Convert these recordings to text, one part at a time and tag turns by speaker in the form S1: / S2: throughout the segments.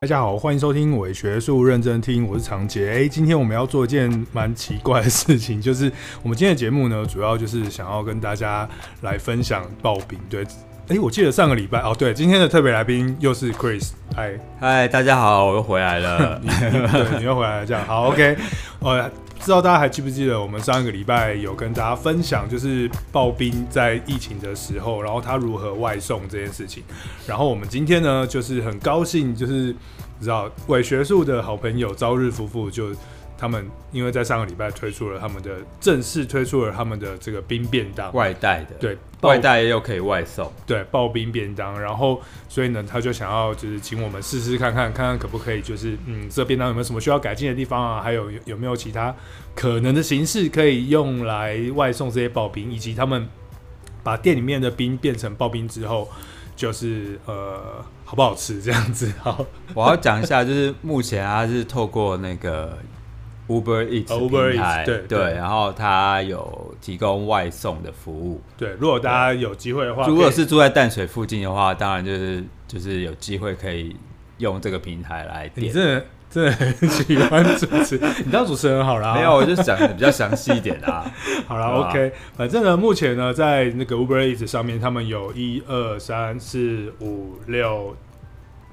S1: 大家好，欢迎收听伪学术认真听，我是常杰。哎，今天我们要做一件蛮奇怪的事情，就是我们今天的节目呢，主要就是想要跟大家来分享刨冰。对，哎，我记得上个礼拜哦，对，今天的特别来宾又是 Chris，嗨，
S2: 嗨，大家好，我又回 来了。
S1: 对，你又回来了，这样好，OK，呃。不知道大家还记不记得我们上一个礼拜有跟大家分享，就是刨冰在疫情的时候，然后他如何外送这件事情。然后我们今天呢，就是很高兴，就是你知道伪学术的好朋友朝日夫妇就他们因为在上个礼拜推出了他们的正式推出了他们的这个冰便当，
S2: 外带的，，
S1: 对
S2: 外
S1: 刨
S2: 带又可以外送，
S1: 对刨冰便当，然后所以呢，他就想要就是请我们试试看看，看看可不可以就是嗯，这便当有没有什么需要改进的地方啊？还有有有没有其他可能的形式可以用来外送这些刨冰，以及他们把店里面的冰变成刨冰之后，就是呃好不好吃这样子？ 好
S2: 我要讲一下，就是目前它是透过那个 Uber Eats
S1: 哦 Uber
S2: 平
S1: Eats，
S2: 台
S1: 对对
S2: 然后它有提供外送的服务。
S1: 对，如果大家有机会的话，
S2: 如果
S1: 可以
S2: 是住在淡水附近的话，当然就是就是有机会可以用这个平台来
S1: 你
S2: 点。
S1: 真的真的很喜欢主持，你当主持人好啦，
S2: 没有，我就讲的比较详细一点 啊。
S1: 好
S2: 对
S1: 了
S2: 吧
S1: ，OK，反正呢，目前呢，在那个 Uber Eats 上面，他们有一二三四五六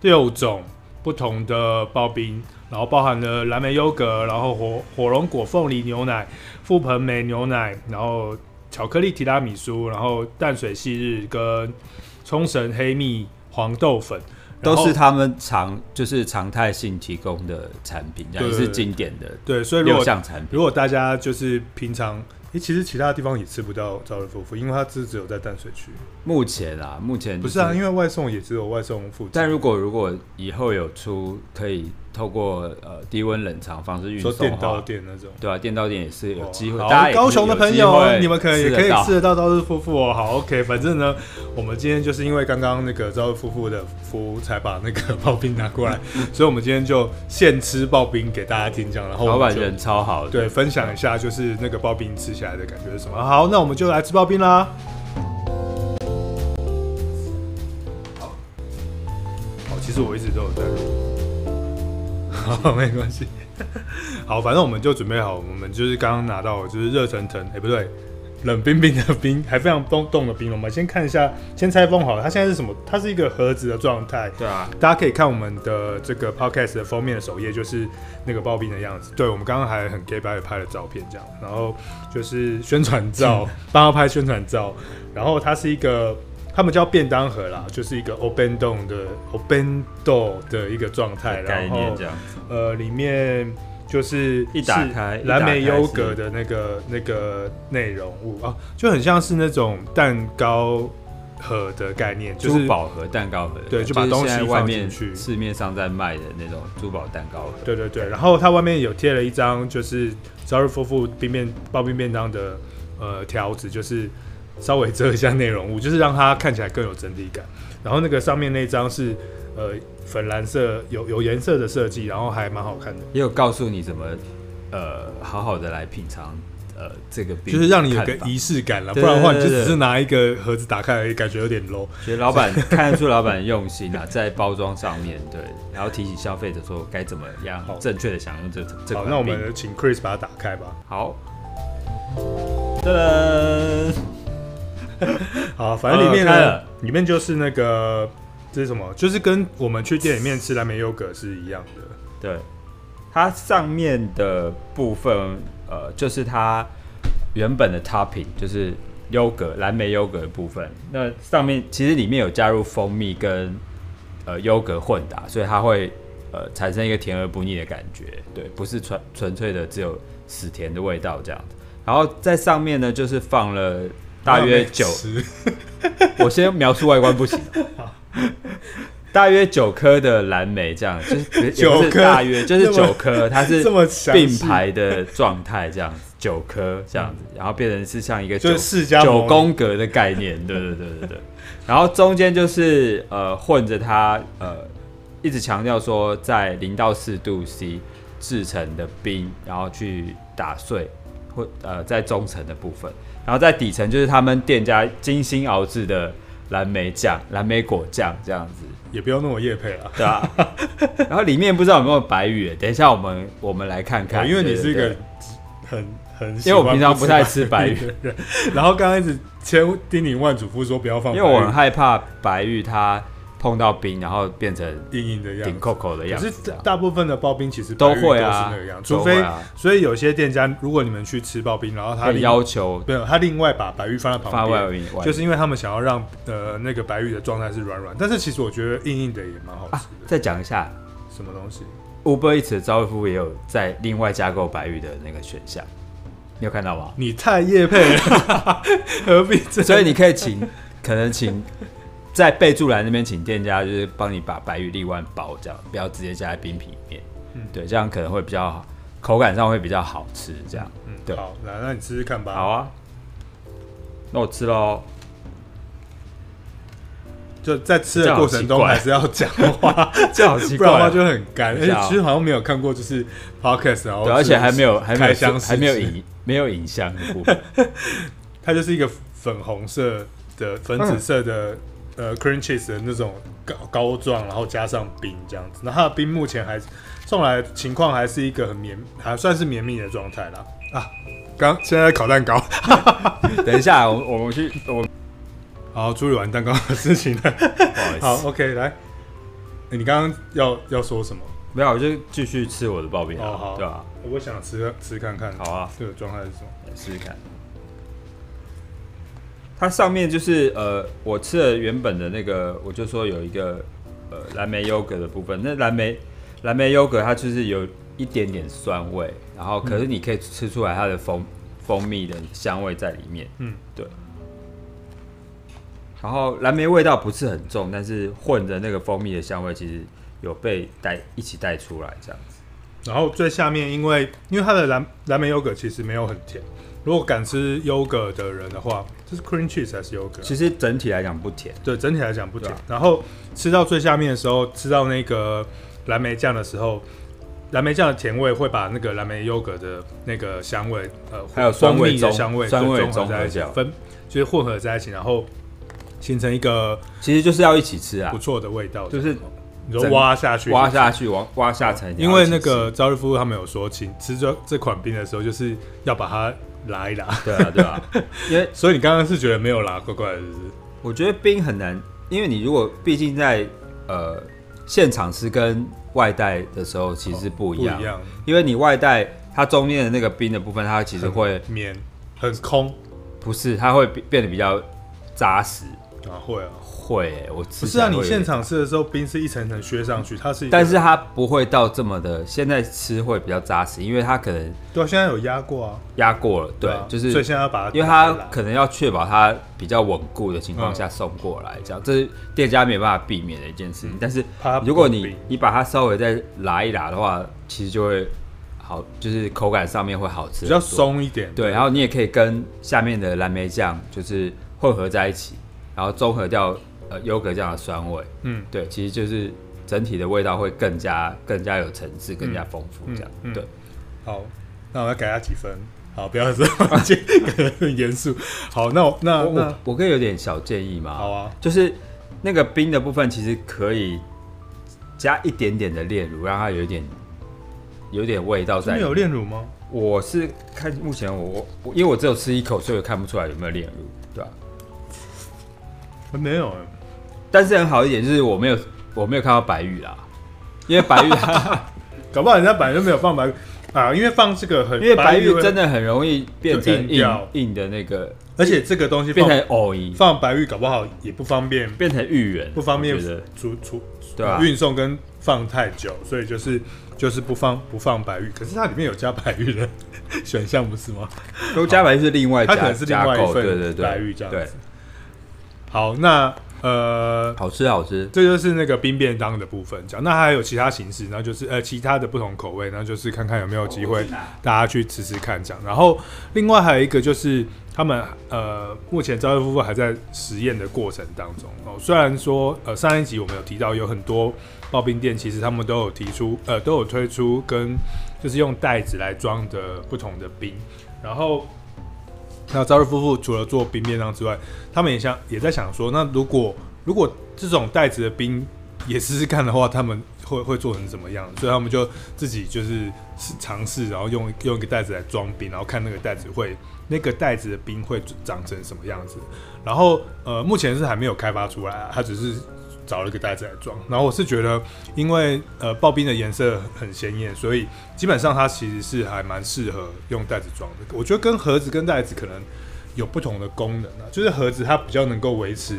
S1: 六种不同的刨冰，然后包含了蓝莓优格，然后火火龙果凤梨牛奶、覆盆梅牛奶，然后巧克力提拉米苏，然后淡水昔日跟冲绳黑蜜黄豆粉，然
S2: 都
S1: 后
S2: 是他们常就是常态性提供的产品，这样
S1: 对
S2: 也
S1: 对
S2: 是
S1: 对
S2: 经典的
S1: 对，所以如
S2: 六
S1: 果
S2: 项产品。
S1: 如果大家就是平常，诶，其实其他地方也吃不到朝日夫妇，因为它是只有在淡水区。
S2: 目前啊，目前
S1: 不
S2: 就是
S1: 啊，因为外送也只有外送附近。
S2: 但如果如果以后有出可以透过呃低温冷藏方式运
S1: 说
S2: 送
S1: 电
S2: 的
S1: 到
S2: 话，
S1: 店那种，
S2: 对啊，电到店也是有机会。
S1: 好
S2: 大家也
S1: 高雄的朋友
S2: 可以有机
S1: 哦，
S2: 会
S1: 你们可能也
S2: 吃
S1: 可
S2: 得
S1: 以
S2: 到
S1: 吃得到朝日夫妇哦。好，OK，反正呢，我们今天就是因为刚刚那个朝日夫妇的服务，才把那个 刨冰拿过来，所以我们今天就现吃刨冰给大家听讲，然后
S2: 老
S1: 我们
S2: 板
S1: 就
S2: 人超好的，
S1: 对分享一下，就是那个刨冰吃起来的感觉是什么。好，那我们就来吃刨冰啦。好，其实我一直都有在录。好，没关系。好，反正我们就准备好，我们就是刚刚拿到，就是热腾腾，哎、不对，冷冰冰的冰，还非常冻冻的冰。我们先看一下，先拆封好了，它现在是什么？它是一个盒子的状态。
S2: 对啊，
S1: 大家可以看我们的这个 podcast 的封面的首页，就是那个刨冰的样子。对我们刚刚还很 gay 白拍了照片，这样，然后就是宣传照，
S2: 嗯
S1: 帮他拍宣传照。然后它是一个，他们叫便当盒啦，就是一个 open d o 的 open d o 的一个状态，
S2: 概
S1: 啊然
S2: 念
S1: 后
S2: 这样子。
S1: 呃里面。就是
S2: 一打
S1: 是
S2: 开一
S1: 蓝
S2: 打
S1: 莓
S2: 开
S1: 优
S2: 是
S1: 格的那个那个内容物啊，就很像是那种蛋糕盒的概念，就
S2: 珠
S1: 是
S2: 宝盒蛋糕盒，
S1: 对就把
S2: 是
S1: 东西
S2: 现在
S1: 放
S2: 外
S1: 进
S2: 面
S1: 去
S2: 市面上在卖的那种珠宝蛋糕盒，
S1: 对对对，然后它外面有贴了一张就是朝日夫妇冰面刨冰便当的呃条子，就是稍微遮一下内容物，就是让它看起来更有整体感。然后那个上面那张是呃粉蓝色有有颜色的设计，然后还蛮好看的，
S2: 也有告诉你怎么呃好好的来品尝呃这个冰，
S1: 就是让你有个
S2: 看法
S1: 仪式感了。不
S2: 对
S1: 然的话，你就
S2: 对对
S1: 只
S2: 对
S1: 是拿一个盒子打开而已，感觉有点 low。
S2: 觉得老板看得出老板用心啊， 在包装上面对，然后提醒消费者说该怎么样
S1: 好
S2: 正确的享用这这
S1: 好，
S2: 款
S1: 那我
S2: 冰
S1: 们请 Chris 把它打开吧。
S2: 好，噔噔，
S1: 好，反正里面
S2: 呃开
S1: 呢
S2: 了，
S1: 里面就是那个这是什么？就是跟我们去店里面吃蓝莓优格是一样的。
S2: 对，它上面的部分呃，就是它原本的 topping，就是优格蓝莓优格的部分。那上面其实里面有加入蜂蜜跟呃优格混打，所以它会呃产生一个甜而不腻的感觉，对，不是纯纯粹的只有死甜的味道这样子。然后在上面呢，就是放了大约九
S1: 十
S2: 我先描述外观不行。大约九颗的蓝莓，这样就是
S1: 九颗
S2: 也不是大约就是九颗，它是
S1: 这么详细
S2: 并排的状态，这样子九颗这样子，然后变成是像一个
S1: 嗯就
S2: 九
S1: 是释迦牟
S2: 九
S1: 尼
S2: 宫格的概念，对对对对对。然后中间就是呃混着它呃一直强调说在零到四度 C 制成的冰，然后去打碎或呃在中层的部分，然后在底层就是他们店家精心熬制的蓝莓酱、蓝莓果酱这样子，
S1: 也不用那么夜配了。
S2: 对啊。 然后里面不知道有没有白鱼，等一下我们我们来看看。
S1: 哦因为你是一个
S2: 对对对
S1: 很很，
S2: 因为我平常不太吃白
S1: 鱼的人， 然后刚开始千叮咛万嘱咐说不要放白
S2: 因
S1: 玉，
S2: 为我很害怕白玉它碰到冰，然后变成
S1: 硬硬的样
S2: 顶
S1: 子。
S2: 扣扣的
S1: 可
S2: 样
S1: 是
S2: 子这样。
S1: 大部分的刨冰其实
S2: 都
S1: 白玉
S2: 会
S1: 都
S2: 啊
S1: 是那个样，
S2: 都
S1: 除
S2: 会
S1: 非
S2: 啊
S1: 所以有些店家，如果你们去吃刨冰，然后他
S2: 被
S1: 另
S2: 要求
S1: 没有他另外把白玉放在旁边，
S2: 发外面，
S1: 就是因为他们想要让呃那个白玉的状态是软软，但是其实我觉得硬硬的也蛮好
S2: 啊
S1: 吃。的。
S2: 再讲一下
S1: 什么东西？
S2: ，Uber Eats 的招呼服也有在另外加购白玉的那个选项，你有看到吗？
S1: 你太夜配了，何必这样？
S2: 所以你可以请，可能请在备注栏那边请店家就是帮你把白玉另外包这样，不要直接加在冰皮里面。
S1: 嗯
S2: 对，这样可能会比较好，口感上会比较好吃。这样，
S1: 嗯，
S2: 对
S1: 好，那那你试试看吧。
S2: 好啊。那我吃喽。
S1: 就在吃的过程中
S2: 这样好奇
S1: 还
S2: 怪
S1: 是要讲 话，
S2: 这好奇
S1: 不然的
S2: 怪
S1: 话
S2: 哦、
S1: 就很干。而
S2: 是
S1: 且
S2: 啊
S1: 其实好像没有看过就是 podcast，然后
S2: 对，而且还没有还没
S1: 开
S2: 有
S1: 箱试吃
S2: 还没有影没有影像的部分。
S1: 它就是一个粉红色的粉紫色的、呃 cream cheese 的那种膏膏状，然后加上冰这样子。那它的冰目前还送来的情况还是一个很绵，还算是绵密的状态啦。啊，刚现在在烤蛋糕，
S2: 等一下，我我们去，我
S1: 好，处理完蛋糕的事情了。
S2: 不好意思，
S1: 好，OK，来，欸你刚刚要要说什么？
S2: 没有，我就继续吃我的刨冰啊，
S1: 哦好
S2: 对吧、
S1: 我想吃吃看看，
S2: 好啊，
S1: 这个状态是什么？
S2: 来试试看。它上面就是呃，我吃了原本的那个，我就说有一个呃蓝莓优格的部分，那蓝莓蓝莓优格它就是有一点点酸味，然后可是你可以吃出来它的蜂蜂蜜的香味在里面，
S1: 嗯，
S2: 对。然后蓝莓味道不是很重，但是混着那个蜂蜜的香味，其实有被带一起带出来这样子。
S1: 然后最下面，因为因为它的蓝蓝莓优格其实没有很甜，如果敢吃优格的人的话，这是 cream cheese 还是优格啊？
S2: 其实整体来讲不甜，
S1: 对，整体来讲不甜。
S2: 对啊
S1: 然后吃到最下面的时候，吃到那个蓝莓酱的时候，蓝莓酱的甜味会把那个蓝莓优格的那个香味，呃，
S2: 还有
S1: 蜂
S2: 酸味
S1: 蜜的
S2: 中
S1: 香味，
S2: 酸味
S1: 对综合在一
S2: 中和
S1: 起
S2: 掉，
S1: 分就是混合在一起，然后形成一个
S2: 其实就是要一起吃啊
S1: 不，错的味道，
S2: 就是
S1: 你说挖下去，
S2: 挖下去，往挖下层。
S1: 因为那个朝日夫妇他们有说，请吃这这款冰的时候，就是要把它拉一拉。
S2: 对啊对啊， 因为
S1: 所以你刚刚是觉得没有拉，怪怪的，是不是？
S2: 我觉得冰很难，因为你如果毕竟在呃现场吃跟外带的时候其实是不一样，
S1: 哦不一样，
S2: 因为你外带它中间的那个冰的部分，它
S1: 嗯
S2: 其实会
S1: 面很空
S2: 不是，它会变变得比较扎实。
S1: 啊，会啊。
S2: 会欸、我吃
S1: 不是
S2: 起来
S1: 啊，你
S2: 会有
S1: 现
S2: 点，
S1: 场吃的时候，冰是一层层削上去，它是一个，
S2: 但是它不会到这么的，现在吃会比较扎实，因为它可能
S1: 对啊，现在有压过啊，
S2: 压过了，对，
S1: 啊
S2: 就是
S1: 所以现在要把它，
S2: 因为它可能要确保它比较稳固的情况
S1: 嗯
S2: 下送过来，这样、这是店家没办法避免的一件事情。但是
S1: 怕它不
S2: 如果
S1: 会
S2: 你
S1: 冰
S2: 你把它稍微再拉一拉的话，其实就会好，就是口感上面会好吃，
S1: 比较。松一点，
S2: 对，然后你也可以跟下面的蓝莓酱就是混合在一起，然后综合掉呃优格酱的酸味。
S1: 嗯，
S2: 对，其实就是整体的味道会更加更加有层次，更加丰富
S1: 嗯
S2: 这样。
S1: 嗯
S2: 对，
S1: 好，那我要给它几分？好，不要这么很严肃。 好，那我那
S2: 我
S1: 那
S2: 我我可以有点小建议吗？
S1: 好啊，
S2: 就是那个冰的部分，其实可以加一点点的炼乳，让它有一点有点味道
S1: 这
S2: 在
S1: 边
S2: 里面。
S1: 有炼乳吗？
S2: 我是看目前我我我因为我只有吃一口，所以我看不出来有没有炼乳，对吧、
S1: 没有欸，
S2: 但是很好一点就是我没有我没有看到白玉啦，因为白玉 它
S1: 搞不好人家本来就没有放白玉啊，因为放这个很，
S2: 因为白玉
S1: 会
S2: 真，的很容易变成
S1: 就硬
S2: 硬
S1: 掉
S2: 硬的那个，
S1: 而且这个东西
S2: 变
S1: 放
S2: 成藕泥，
S1: 放白玉搞不好也不方便，
S2: 变成芋圆，
S1: 不方便
S2: 我觉得
S1: 出出
S2: 对啊
S1: 运送跟放太久，所以就是就是不放不放白玉，可是它里面有加白玉的 选项不是吗？
S2: 如果加白玉是另外加
S1: 它可能是另
S2: 加
S1: 外一
S2: 购对对
S1: 份
S2: 对
S1: 白玉这样
S2: 对
S1: 子，。好，那呃。
S2: 好吃好吃，
S1: 这就是那个冰便当的部分，讲那还有其他形式，然后就是呃其他的不同口味，然后就是看看有没有机会大家去吃吃看这样。然后另外还有一个就是他们呃目前招夫妇还在实验的过程当中哦。虽然说呃上一集我们有提到有很多刨冰店，其实他们都有提出呃都有推出跟就是用袋子来装的不同的冰，然后那扎瑞夫妇除了做冰便当之外，他们也想也在想说，那如果如果这种袋子的冰也试试看的话，他们会会做成什么样？所以他们就自己就是试尝试，然后用用一个袋子来装冰，然后看那个袋子会那个袋子的冰会长成什么样子。然后呃，目前是还没有开发出来啊，它只是找了一个袋子来装。然后我是觉得，因为呃刨冰的颜色很鲜艳，所以基本上它其实是还蛮适合用袋子装的。我觉得跟盒子跟袋子可能呃有不同的功能啊，就是盒子它比较能够维持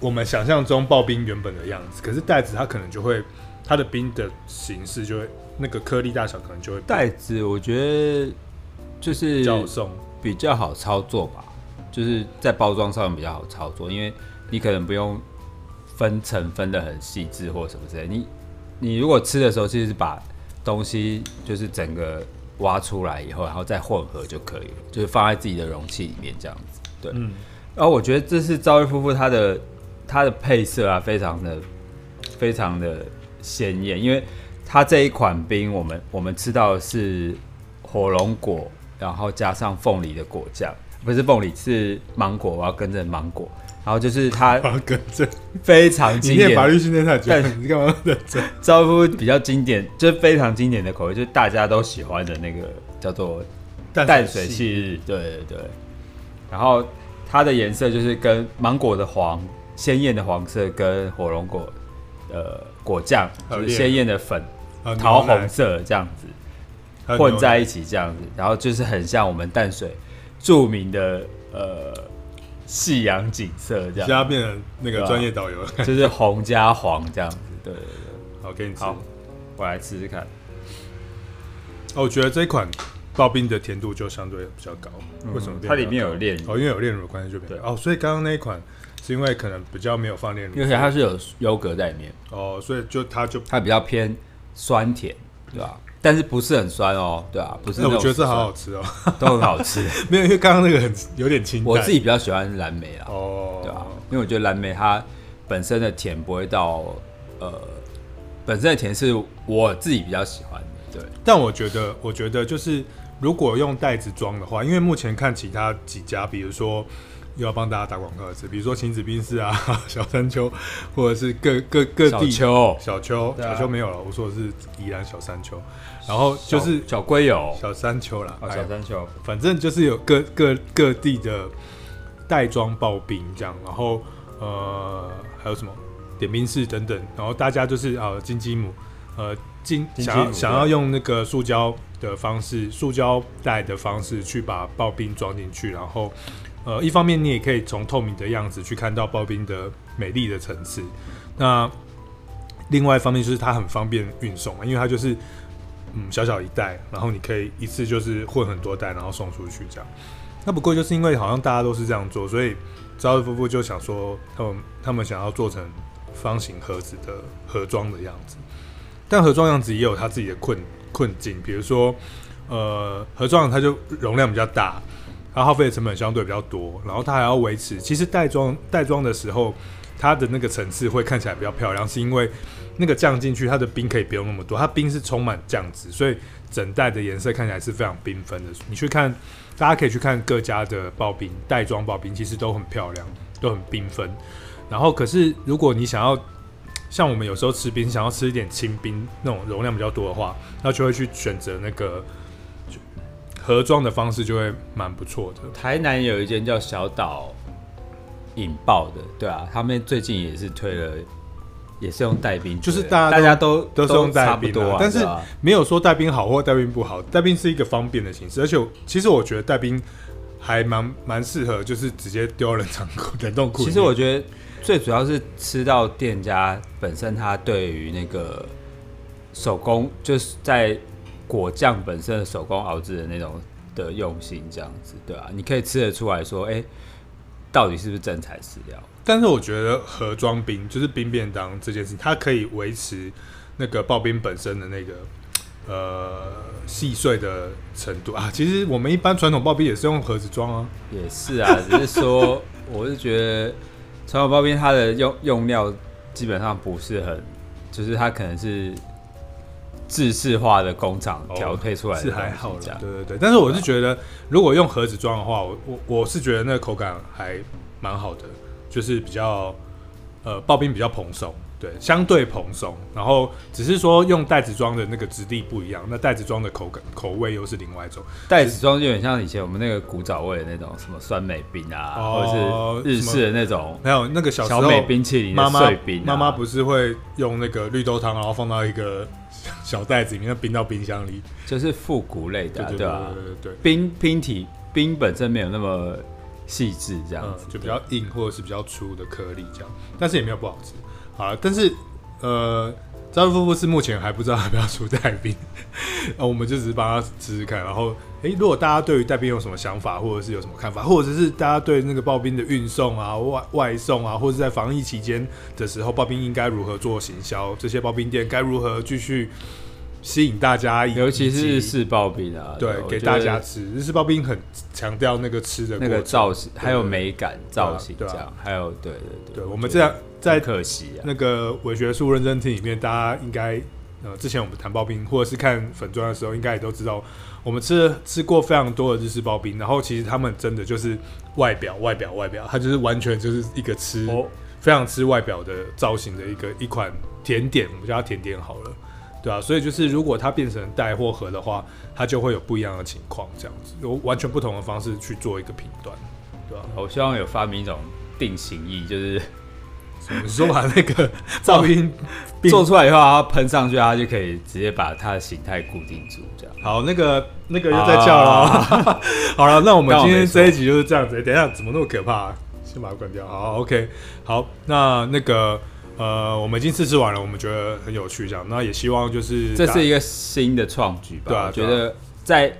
S1: 我们想象中刨冰原本的样子，可是袋子它可能就会它的冰的形式就会那个颗粒大小可能就会
S2: 袋子我觉得就是
S1: 比较松。
S2: 比较好操作吧，就是在包装上面比较好操作，因为你可能不用分层分的很细致或什么之类。你你如果吃的时候，其实是把东西就是整个挖出来以后，然后再混合就可以了，就是放在自己的容器里面这样子。对，
S1: 嗯，
S2: 然后我觉得这是赵薇夫妇她的她的配色啊，非常的非常的鲜艳，因为它这一款冰，我们我们吃到的是火龙果，然后加上凤梨的果酱，不是凤梨是芒果，我要跟着芒果，然后就是 它
S1: 啊，跟这
S2: 非常
S1: 你
S2: 经
S1: 念
S2: 典
S1: 法，律训练 太久了，你干嘛认真？
S2: 招夫比较经典，就是非常经典的口味，就是大家都喜欢的那个叫做淡水
S1: 系
S2: 系日，对对对。然后它的颜色就是跟芒果的黄鲜艳的黄色，跟火龙果呃果酱
S1: 还
S2: 就
S1: 有
S2: 是
S1: 炼
S2: 鲜艳的粉
S1: 啊
S2: 桃
S1: 牛奶
S2: 红色这样子
S1: 还有牛奶
S2: 混在一起这样子，然后就是很像我们淡水著名的呃夕阳景色这
S1: 现
S2: 样，
S1: 在变成那个专业导游了，
S2: 就是红加黄这样子，对对对。
S1: 好给你吃。
S2: 好
S1: 哦，
S2: 我来试试看。
S1: 我觉得这一款刨冰的甜度就相对比较高，为什么？
S2: 嗯它里面有炼乳，
S1: 哦，因为有炼乳的关系就比较高哦，所以刚刚那一款是因为可能比较没有放炼乳
S2: 而且它是有优格在里面，
S1: 哦，所以就它就
S2: 它比较偏酸甜，对吧、但是不是很酸哦，对吧、不是
S1: 那
S2: 那种
S1: 哎我觉得这
S2: 酸
S1: 好好吃哦，
S2: 都很好吃。
S1: 没有因为刚刚那个很有点清淡，
S2: 我自己比较喜欢蓝莓啦，
S1: 哦，
S2: 对吧、啊因为我觉得蓝莓它本身的甜不会到呃，本身的甜是我自己比较喜欢的，对，
S1: 但我觉得，我觉得就是如果用袋子装的话，因为目前看其他几家，比如说又要帮大家打广告一次，比如说晴子冰室啊、 小山丘，或者是各各各
S2: 小
S1: 地
S2: 丘
S1: 小丘、
S2: 对啊
S1: 小丘没有了，我说的是宜兰小山丘，然后就是
S2: 小小龟友，
S1: 小山丘啦，
S2: 哦
S1: 哎
S2: 小山丘，
S1: 反正就是有各各各地的袋装刨冰这样，然后呃还有什么点冰室等等，然后大家就是啊金鸡母，呃金
S2: 金鸡母
S1: 想要
S2: 对
S1: 想要用那个塑胶的方式，塑胶袋的方式去把刨冰装进去，然后呃一方面你也可以从透明的样子去看到刨冰的美丽的层次，那另外一方面就是它很方便运送嘛，因为它就是嗯小小一袋，然后你可以一次就是混很多袋，然后送出去这样。那不过就是因为好像大家都是这样做，所以招瑞夫妇就想说他们他们想要做成方形盒子的盒装的样子，但盒装样子也有它自己的困困境，比如说呃盒装它就容量比较大。它耗费的成本相对比较多，然后它还要维持。其实袋装袋装的时候，它的那个层次会看起来比较漂亮，是因为那个酱进去，它的冰可以不用那么多，它冰是充满酱汁，所以整袋的颜色看起来是非常缤纷的。你去看，大家可以去看各家的刨冰袋装刨冰，其实都很漂亮，都很缤纷。然后，可是如果你想要像我们有时候吃冰，想要吃一点清冰那种容量比较多的话，那就会去选择那个就盒装的方式，就会蛮不错的。
S2: 台南有一间叫小岛引爆的，对啊，他们最近也是推了，也是用带兵推的，
S1: 就是大家都
S2: 大家都
S1: 都是用带
S2: 差
S1: 冰
S2: 不
S1: 的、
S2: 多啊，
S1: 但是
S2: 对啊
S1: 没有说带冰好或带冰不好，带冰是一个方便的形式，而且我其实我觉得带冰还蛮蛮适合，就是直接丢冷藏库、冷冻库里面。
S2: 其实我觉得最主要是吃到店家本身，他对于那个手工就是在果酱本身的手工熬制的那种的用心，这样子，对啊，你可以吃得出来说，哎、到底是不是真材实料？
S1: 但是我觉得盒装冰就是冰便当这件事情，它可以维持那个刨冰本身的那个呃细碎的程度啊。其实我们一般传统刨冰也是用盒子装啊，
S2: 也是啊，只是说，我是觉得传统包边它的用用料基本上不是很，就是它可能是制式化的工厂调配出来的
S1: 哦是
S2: 东西
S1: 还好
S2: 这
S1: 啦
S2: 样，
S1: 对对对。但是我是觉得，如果用盒子装的话，我我我是觉得那个口感还蛮好的，就是比较呃刨冰比较蓬松，对，相对蓬松。然后只是说用袋子装的那个质地不一样，那袋子装的口感口味又是另外一种。
S2: 袋子装就有点像以前我们那个古早味的那种什么酸梅冰啊，
S1: 哦
S2: 或者是日式的那种
S1: 还有那个小时
S2: 小
S1: 候
S2: 美冰淇淋
S1: 妈
S2: 的
S1: 妈
S2: 碎冰、啊
S1: 妈妈不是会用那个绿豆汤，然后放到一个小袋子里面，冰到冰箱里。
S2: 就是复古类
S1: 对
S2: 的、啊，
S1: 对对
S2: 吧、
S1: 对对对。
S2: 冰冰体冰本身没有那么细致，这样
S1: 嗯
S2: 子、，
S1: 就比较硬或者是比较粗的颗粒这样，但是也没有不好吃。好了，但是呃，扎夫夫妇是目前还不知道要不要出带冰，啊，我们就只是帮他试试看。然后，诶、如果大家对于带冰有什么想法，或者是有什么看法，或者是大家对那个刨冰的运送啊、外外送啊，或者在防疫期间的时候，刨冰应该如何做行销，这些刨冰店该如何继续吸引大家，
S2: 尤其是
S1: 以及
S2: 日式刨冰啊，
S1: 对
S2: 我
S1: 给
S2: 觉
S1: 大
S2: 得
S1: 家吃。日式刨冰很强调那个吃的
S2: 那个
S1: 过程
S2: 造型，
S1: 对
S2: 还有美感造型这
S1: 对啊
S2: 样，还有对对对，
S1: 对，我们这
S2: 觉得
S1: 样在
S2: 很可惜啊，
S1: 那个伪学术认真听里面，大家应该呃，之前我们谈刨冰或者是看粉砖的时候，应该也都知道，我们吃了吃过非常多的日式刨冰，然后其实他们真的就是外表外表外表，它就是完全就是一个吃、
S2: 哦
S1: 非常吃外表的造型的一个一款甜点，我们叫它甜点好了。对啊，所以就是如果它变成带或盒的话，它就会有不一样的情况，这样子有完全不同的方式去做一个评断，对吧、啊
S2: 我希望有发明一种定型液，就是
S1: 你说把那个 噪音并
S2: 做出来以后，它喷上去，它就可以直接把它的形态固定住，这样。
S1: 好，那个那个又在叫了
S2: 啊
S1: 哦。 好了，那我们今天这一集就是这样子。等一下，怎么那么可怕、啊先把它关掉。好，OK。好，那那个呃，我们已经试吃完了，我们觉得很有趣，这样。那也希望就是
S2: 这是
S1: 一
S2: 一个新的创举吧？
S1: 对啊
S2: 我
S1: 对
S2: 觉
S1: 啊
S2: 得在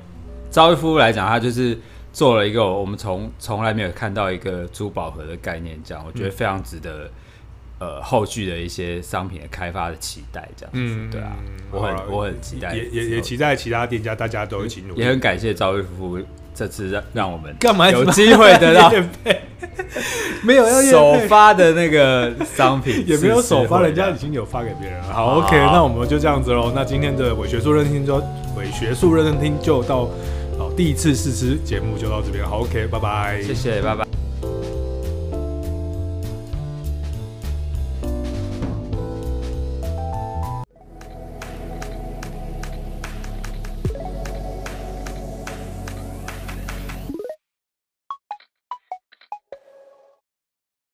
S2: 招一夫来讲，他就是做了一个我们从从来没有看到一个珠宝盒的概念，这样我
S1: 嗯
S2: 觉得非常值得、呃后续的一些商品的开发的期待，这样子。
S1: 嗯
S2: 对啊，我
S1: 好
S2: 很
S1: 啦
S2: 我很期待之
S1: 也
S2: 后，
S1: 也也期待其他店家大家都一起努力。
S2: 也很感谢招一夫这次让让我们
S1: 干嘛
S2: 有机会 得到
S1: 业 配没有要业配
S2: 首发的那个商 品
S1: 也没有首发，
S2: 试吃
S1: 人
S2: 会这
S1: 家
S2: 样
S1: 已经有发给别人了。好
S2: 好
S1: ，OK，那我们就这样子喽。那今天的伪学术认真听就伪学术认真听就到，好，第一次试吃节目就到这边。好，OK，拜拜，
S2: 谢谢，拜拜。